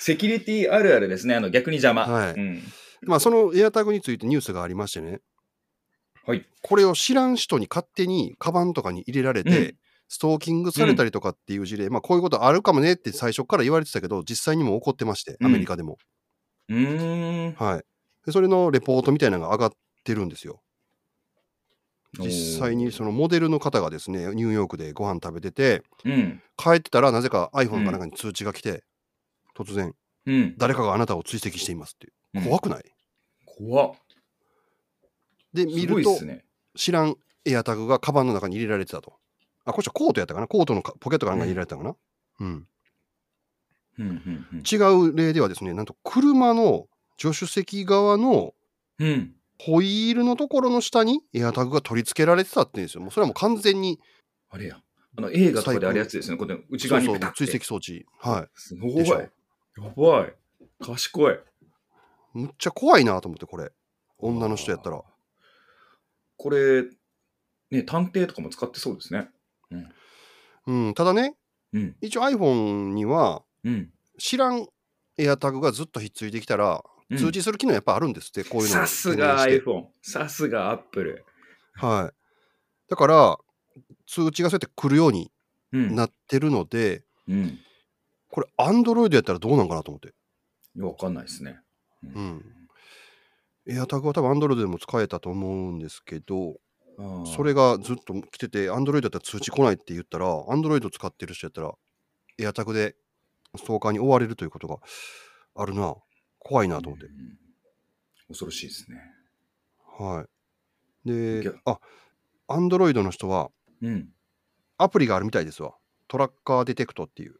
Speaker 1: セキュリティあるあるですね。あの、逆に邪魔。
Speaker 2: はい
Speaker 1: うん。
Speaker 2: まあそのエアタグについてニュースがありましてね
Speaker 1: はい
Speaker 2: これを知らん人に勝手にカバンとかに入れられて、
Speaker 1: うん
Speaker 2: ストーキングされたりとかっていう事例、まあこういうことあるかもねって最初から言われてたけど実際にも起こってまして
Speaker 1: うん
Speaker 2: アメリカでも、
Speaker 1: うーん。
Speaker 2: はいでそれのレポートみたいなのが上がってるんですよ実際にそのモデルの方がですねニューヨークでご飯食べてて
Speaker 1: うん。
Speaker 2: 帰ってたらなぜか iPhone かなんかに通知が来て、突然
Speaker 1: うん。
Speaker 2: 誰かがあなたを追跡していますっていう
Speaker 1: うん
Speaker 2: 怖くない、
Speaker 1: 怖っ。
Speaker 2: です見
Speaker 1: ごい
Speaker 2: る
Speaker 1: っ
Speaker 2: と
Speaker 1: すね。
Speaker 2: 知らんエアタグがカバンの中に入れられてたと。あ、こっちはコートやったかなコートのかポケットかなんかに入れられてたかな、うん、
Speaker 1: うんうんうん。
Speaker 2: 違う例ではですね、なんと車の助手席側の
Speaker 1: うん。
Speaker 2: ホイールのところの下にエアタグが取り付けられてたって言うんですよ。もうそれはもう完全に
Speaker 1: あれや。あの、映画とかであるやつですね。この内側に
Speaker 2: そう
Speaker 1: ペタ
Speaker 2: そう
Speaker 1: ッて。
Speaker 2: 追跡装置。はい。
Speaker 1: すごい。
Speaker 2: でしょ
Speaker 1: やばい。賢い。
Speaker 2: むっちゃ怖いなと思って、これ。女の人やったら。
Speaker 1: これ、ね、探偵とかも使ってそうですね。
Speaker 2: うん、ただね、
Speaker 1: うん。
Speaker 2: 一応 iPhone には
Speaker 1: うん。
Speaker 2: 知らんエアタグがずっとひっついてきたら、
Speaker 1: うん
Speaker 2: 通知する機能やっぱあるんですって、こういうのを
Speaker 1: さす
Speaker 2: 検
Speaker 1: が
Speaker 2: 出して
Speaker 1: iPhone。さすが Apple。
Speaker 2: はい。だから、通知がそうやって来るように
Speaker 1: うん。
Speaker 2: なってるので、
Speaker 1: うん。
Speaker 2: これ、アンドロイドやったらどうなんかなと思って。
Speaker 1: いやわかんないですね。
Speaker 2: うん。エアタグは多分アンドロイドでも使えたと思うんですけど、
Speaker 1: ああ
Speaker 2: それがずっと来てて、アンドロイドだったら通知来ないって言ったら、アンドロイド使ってる人やったら、エアタグでストーカーに追われるということがあるな。怖いなと思って
Speaker 1: う。ん恐ろしいですね。
Speaker 2: はい。
Speaker 1: いや
Speaker 2: で、あ、アンドロイドの人は、
Speaker 1: うん。
Speaker 2: アプリがあるみたいですわ。トラッカーデテクトっていう。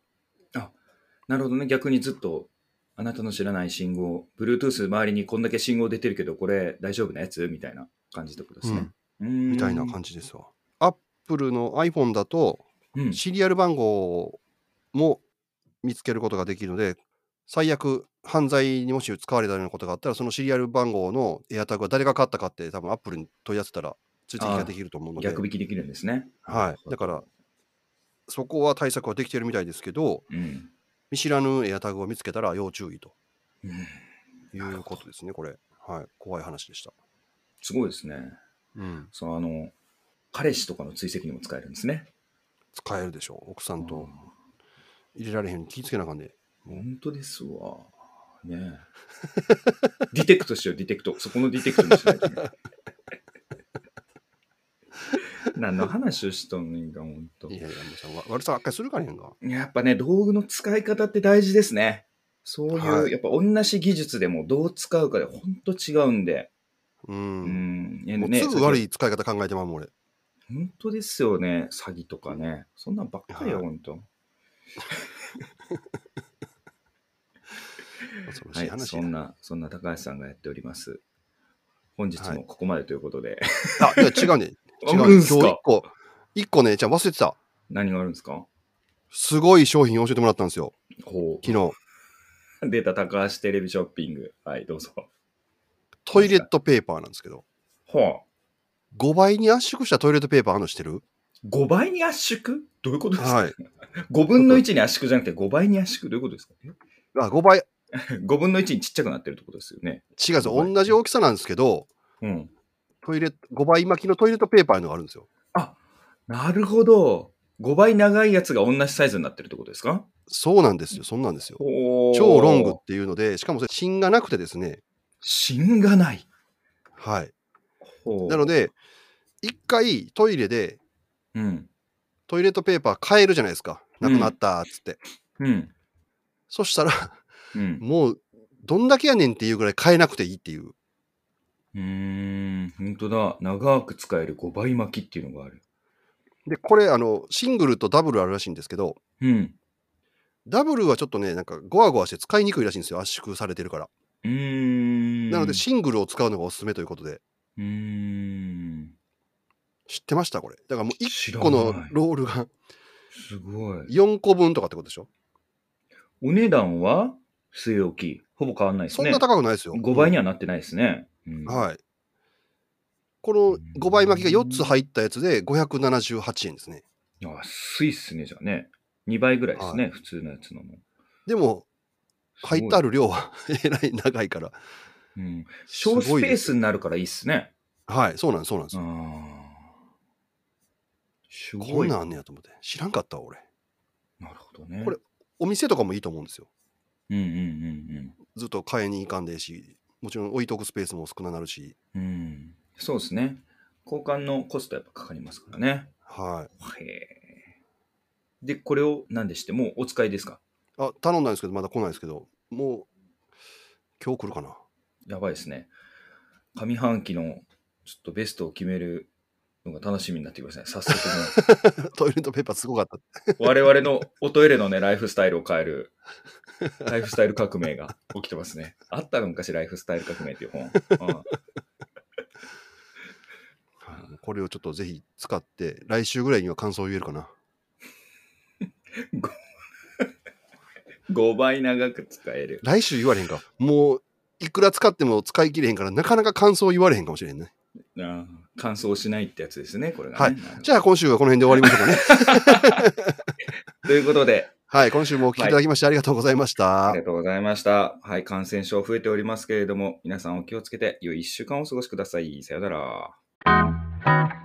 Speaker 1: なるほどね。逆にずっと、あなたの知らない信号、Bluetooth 周りにこんだけ信号出てるけど、これ大丈夫なやつみたいな感じってことですね。み
Speaker 2: みたいな感じですわ。アップルの iPhone だと
Speaker 1: じ。うん。
Speaker 2: シリアル番号も見つけることができるので、最悪犯罪にもし使われたようなことがあったら、そのシリアル番号のエアタグは誰が買ったかって多分アップルに問い合わせたら追跡ができると思うので、
Speaker 1: 逆引きできるんですね。
Speaker 2: はい。だからそこは対策はできてるみたいですけど、
Speaker 1: うん。
Speaker 2: 見知らぬエアタグを見つけたら要注意と
Speaker 1: うん
Speaker 2: いうことですね、これ。はい。怖い話でした。
Speaker 1: すごいですね。
Speaker 2: うん、
Speaker 1: そのあの、彼氏とかの追跡にも使えるんですね。
Speaker 2: 使えるでしょう。奥さん
Speaker 1: う
Speaker 2: と
Speaker 1: ん
Speaker 2: 入れられへんように気ぃつけなあかんで、
Speaker 1: 本当ですわ。ね えディテクトしよう、ディテクト。そこのディテクトにしないと、ね。 何の話をしとんねんか、本当。
Speaker 2: いやいや、もうさ、わ悪さばっかりするからへんが。
Speaker 1: やっぱね、道具の使い方って大事ですね。そういう、
Speaker 2: はい
Speaker 1: やっぱ同じ技術でもどう使うかで本当違うんで。
Speaker 2: う。
Speaker 1: うんん。
Speaker 2: もうすぐ悪
Speaker 1: い。
Speaker 2: い使い方考えてまうもん、俺。
Speaker 1: 本当ですよね、詐欺とかね。そんなんばっかりよ、
Speaker 2: はい
Speaker 1: 本当。
Speaker 2: 恐ろし
Speaker 1: はいい、
Speaker 2: 話
Speaker 1: そ
Speaker 2: や。
Speaker 1: んな、そんな高橋さんがやっております。本日
Speaker 2: はい
Speaker 1: もここまでということ で。
Speaker 2: あ、いや、違うね。違う
Speaker 1: ある
Speaker 2: ね。
Speaker 1: ん
Speaker 2: 今
Speaker 1: す
Speaker 2: 日
Speaker 1: か
Speaker 2: 一個、一個ね、じゃあ忘れてた。
Speaker 1: 何があるんですか
Speaker 2: すごい商品教えてもらったんですよ。
Speaker 1: ほ
Speaker 2: 昨日。
Speaker 1: う。出た高橋テレビショッピング。はい、どうぞ。
Speaker 2: トイレットペーパーなんですけど、
Speaker 1: ほ
Speaker 2: 5倍に圧縮したトイレットペーパーあるの知ってる
Speaker 1: う。5倍に圧縮どういうことですか、
Speaker 2: はい。
Speaker 1: ?5 分の1に圧縮じゃなくて5倍に圧縮どういうことですか
Speaker 2: あ、5倍。違
Speaker 1: 5分の1にちっちゃくなってるってことですよね。
Speaker 2: うんですよ。同じ大きさなんですけど、
Speaker 1: うん。
Speaker 2: トイレ、5倍巻きのトイレットペーパーいうのがあるんですよ。
Speaker 1: なるほど。5倍長いやつが同じサイズになってるってことですか
Speaker 2: そうなんですよ。そんなんですよ。超
Speaker 1: 超
Speaker 2: ロングっていうので、しかもそれ芯がなくてですね。
Speaker 1: 芯がない。
Speaker 2: はい。
Speaker 1: な
Speaker 2: なので、一回トイレで
Speaker 1: うん。
Speaker 2: トイレットペーパー変えるじゃないですか。なくなったっつって。
Speaker 1: うん。
Speaker 2: そしたら、
Speaker 1: うん。
Speaker 2: もう、どんだけやねんっていうぐらい変えなくていいっていう。
Speaker 1: うーん。本当だ。長く使える5倍巻きっていうのがある。
Speaker 2: で、これ、あの、シングルとダブルあるらしいんですけど、
Speaker 1: うん。
Speaker 2: ダブルはちょっとね、なんか、ゴワゴワして使いにくいらしいんですよ。圧縮されてるから。
Speaker 1: うーん。
Speaker 2: なので、
Speaker 1: う
Speaker 2: シングルを使うのがおすすめということで、
Speaker 1: ーん。
Speaker 2: 知ってましたこれ。だからもう1
Speaker 1: 知ら
Speaker 2: 個の
Speaker 1: ない。
Speaker 2: ロールが
Speaker 1: すごい。
Speaker 2: 4個分とかってことでしょ
Speaker 1: お値段は据え置き。ほぼ変わんないです
Speaker 2: そ
Speaker 1: ね。
Speaker 2: んな高くないですよ。
Speaker 1: 5倍にはなってないですね。うん
Speaker 2: はい。この5倍巻きが4つ入ったやつで578円ですね。
Speaker 1: あ、安いっすね、じゃあね。2倍ぐらいですね、普通のやつのも。
Speaker 2: でも、入ってあ
Speaker 1: る。
Speaker 2: る量は えらい長いから。
Speaker 1: うん。小ス
Speaker 2: すごい
Speaker 1: ペー
Speaker 2: です
Speaker 1: スになるからいいっすね。
Speaker 2: はい、そうなんです、そうなんです
Speaker 1: う。ん。す
Speaker 2: こ
Speaker 1: ご
Speaker 2: ん
Speaker 1: い。
Speaker 2: なん
Speaker 1: な
Speaker 2: あんねやと思って。知らんかったわ俺。
Speaker 1: るほどね。
Speaker 2: これお店とかもいいと思うんですよ。
Speaker 1: うんうん
Speaker 2: ずっと買いに行かんでええし、もちろん置いとくスペースも少ななるし。
Speaker 1: うんうん。うん。そうですね。交換のコストやっぱかかりますからね。
Speaker 2: はい。
Speaker 1: へえ。で、これを何でしてもうお使いですか
Speaker 2: あ、頼んだんですけど、まだ来ないですけど、もう、今日来るかな。
Speaker 1: やばいですね。上半期のちょっとベストを決めるのが楽しみになってきましたね。早速ね。
Speaker 2: トイレットペーパーすごかった。
Speaker 1: 我々のおトイレのね、ライフスタイルを変える、ライフスタイル革命が起きてますね。あったの昔、ライフスタイル革命っていう本。うん
Speaker 2: はいこれをちょっとぜひ使って、来週ぐらいには感想を言えるかな。
Speaker 1: 5倍長く使える。
Speaker 2: 来週言われへんか。もう、いくら使っても使い切れへんから、なかなか感想を言われへんかもしれんね。
Speaker 1: あー乾燥しないってやつですね、これが、ね。
Speaker 2: はい
Speaker 1: なるほど
Speaker 2: じゃあ今週はこの辺で終わりましょうかね。
Speaker 1: ということで、
Speaker 2: はい、今週もお聞きいただきましてありがとうございました。
Speaker 1: ありがとうございました。はい、感染症増えておりますけれども、皆さんお気をつけて、良い1週間をお過ごしください。さよなら。